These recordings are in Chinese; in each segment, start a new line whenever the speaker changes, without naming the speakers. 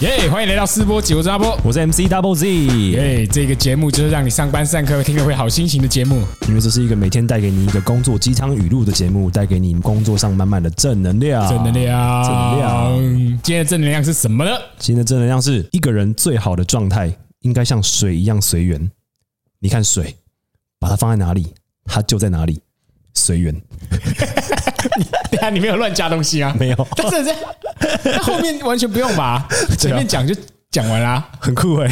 耶欢迎来到四波九扎波。
我是 MC Double Z，因
哎，这个节目就是让你上班上课听了会好心情的节目。
为这是一个每天带给你一个工作鸡汤语录的节目，带给你工作上满满的正能量。
正能，量，
啊正能量。
今天的正能量是什么呢？
今天的正能量是一个人最好的状态应该像水一样随缘。你看水，把它放在哪里，它就在哪里，随缘。
对啊，你没有乱加东西啊？
没有，
但是这那后面完全不用 吧？
啊
前面讲就讲完啦。
很酷 哎、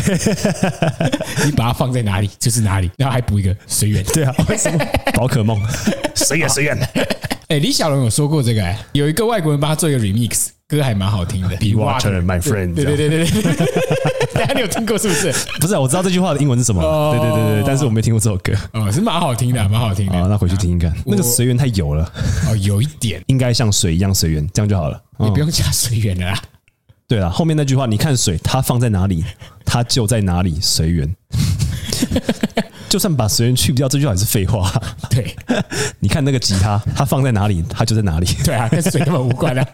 你把它放在哪里就是哪里，然后还补一个随 缘。
对啊，为什么宝可梦？随缘 随缘。
哎，李小龙有说过这个，哎，有一个外国人帮他做一个 remix，歌还蛮好听 的。Be
Water, my friend。
对对对对对， 大家你有听过是不是？
不是啊，我知道这句话的英文是什么
哦
啊。对对对对，但是我没听过这首歌。
哦，是蛮好听的，蛮好听的。
好，那回去听听看。那个随缘太油了。
哦，有一点，
应该像水一样随缘，这样就好了。
你
嗯
不用加随缘了啦。
对了，后面那句话，你看水它放在哪里，它就在哪里，随缘。 就算把随缘去掉，这句话也是废话。
对
你看那个吉他，它放在哪里，它就在哪里。
对啊，跟水根本无关啊。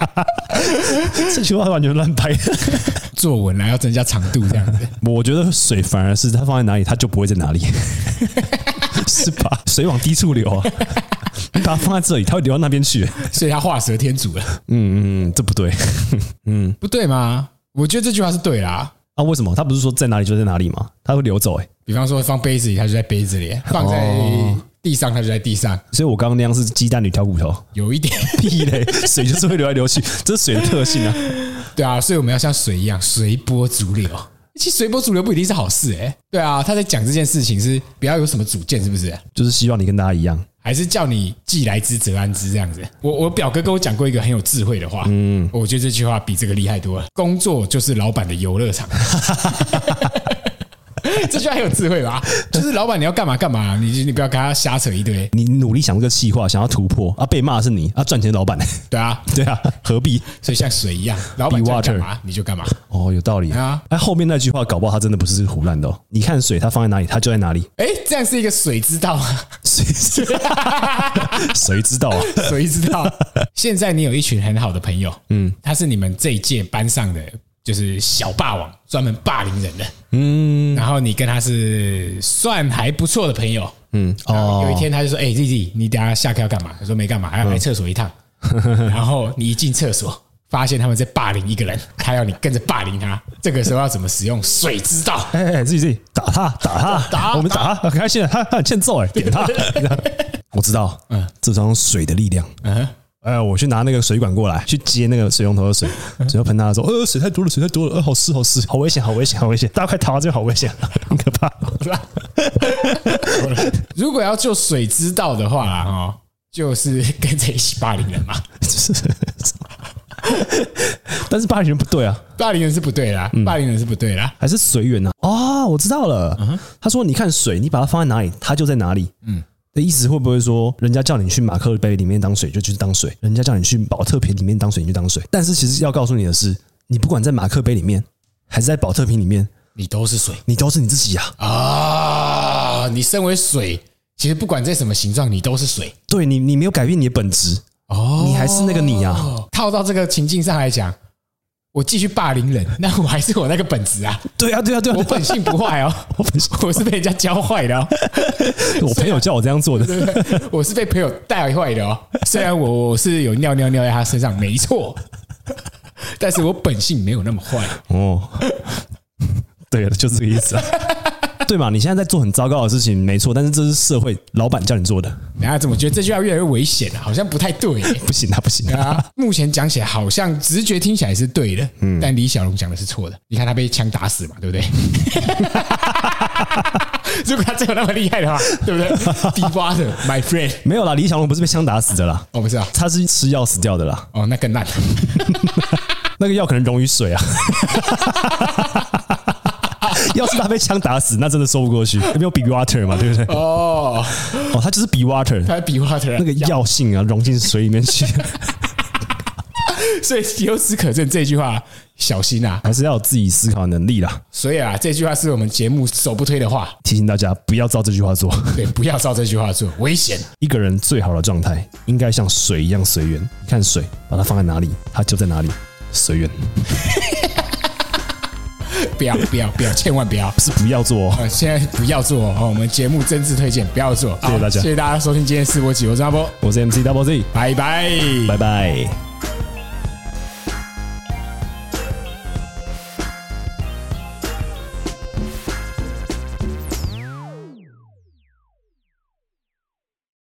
这句话完全乱掰。
作文啊，要增加长度这样子。
我觉得水反而是它放在哪里，它就不会在哪里， 是吧？水往低处流啊，你把它放在这里，它会流到那边去。
所以他画蛇添足了，
嗯嗯，嗯，这不对
不对吗？我觉得这句话是对啦。
啊？为什么？它不是说在哪里就在哪里吗？它会流走哎、欸
比方说放杯子里，他就在杯子里；放在地上，他就在地上。
所以我刚刚那样是鸡蛋里挑骨头。
有一点，
屁嘞，水就是会流来流去，这是水的特性啊。
对啊，所以我们要像水一样随波逐流。其实随波逐流不一定是好事诶、对啊，他在讲这件事情是不要有什么主见，是不是？
就是希望你跟大家一样，
还是叫你既来之则安之这样子。我我表哥跟我讲过一个很有智慧的话，嗯，我觉得这句话比这个厉害多了。工作就是老板的游乐场， 这句话很有智慧吧？就是老板你要干嘛干嘛，你你不要跟他瞎扯一堆，
你努力想这个气话，想要突破啊，被骂的是你啊，赚钱的老板，
对啊，
对啊，何必？
所以像水一样，老板
Be
叫你干
water
嘛你就干嘛，
哦，有道理
啊
啊。哎，后面那句话搞不好他真的不是胡乱的哦。你看水，它放在哪里，它就在哪里。
哎，这样是一个水之道吗？
谁 谁知道啊？
谁知道？现在你有一群很好的朋友，嗯，他是你们这一届班上的就是小霸王，专门霸凌人的，嗯，然后你跟他是算还不错的朋友，嗯，
哦
有一天他就说：“哎、弟弟，你等下下课要干嘛？”他说：“没干嘛，要来厕所一 趟。然后你一进厕所。发现他们在霸凌一个人，他要你跟着霸凌他，这个时候要怎么使用水之道？
哎哎，自己自己打他，打他，
打
我们打他，很开心的，他他很欠揍哎，点他。 我知道，嗯，这张水的力量，
嗯，
哎，我去拿那个水管过来，去接那个水龙头的水，水要喷他的时候，呃，水太多了，水太多了，呃，好湿，好湿，好危险，好危险，好危险，大家快逃啊！这个好危险，很可怕。
如果要就水之道的话啦，哦，就是跟着一起霸凌人嘛。
但是霸凌人不对啊，
霸凌人是不对啦，霸凌人是不对啦。
还是随缘啊。哦，我知道了。他说，你看水，你把它放在哪里，它就在哪里。嗯。的意思会不会说，人家叫你去马克杯里面当水，就去当水；人家叫你去保特瓶里面当水，你就当水。但是其实要告诉你的是，你不管在马克杯里面，还是在保特瓶里面，
你都是水
你都是你自己啊。
啊！你身为水，其实不管在什么形状，你都是水
对你，你没有改变你的本质，
哦。
你还是那个你啊。
套到这个情境上来讲，我继续霸凌人， 那我还是我那个本质啊，
对啊，对啊，对啊
我，本性不坏哦， 我本我是被人家教坏的哦，
我朋友叫我这样做的。
对不 对？我是被朋友带坏的哦。虽然我我是有尿尿尿在他身上，没错，但是我本性没有那么坏。
哦， 对了，就是这个意思、啊。对嘛？你现在在做很糟糕的事情，没错，但是这是社会老板叫你做的，
然后怎么觉得这句话越来越危险啊了、好像不太对耶、
不行啊，不行啊！
啊，目前讲起来好像直觉听起来是对的，
嗯
但李小龙讲的是错的。你看他被枪打死嘛，对不 对？如果他真有那么厉害的话，对不对 b e water, my friend。
没有啦，李小龙不是被枪打死的啦，
哦，不是啊，
他是吃药死掉的啦。
哦，那更烂。
那个药可能溶于水啊。要是他被枪打死，那真的说不过去。有没有比 water 嘛？对不对？
哦，
哦，他就是比 water，
他 b e water
那个药性啊，溶进水里面去，
所以由此可证这句话小心啊。
还是要有自己思考能力啦。
所以啊，这句话是我们节目首不推的话，
提醒大家不要照这句话做。
对，不要照这句话做，危险。
一个人最好的状态，应该像水一样随缘。你看水，把它放在哪里，它就在哪里，随缘，
不要不要不要，千万不要！
是不要做哦。
呃，现在不要做哦，我们节目真挚推荐，不要做。
谢谢大家
好谢谢大家收听今天的试播集，我是阿波，
我是 MC Double Z，
拜拜。
拜拜。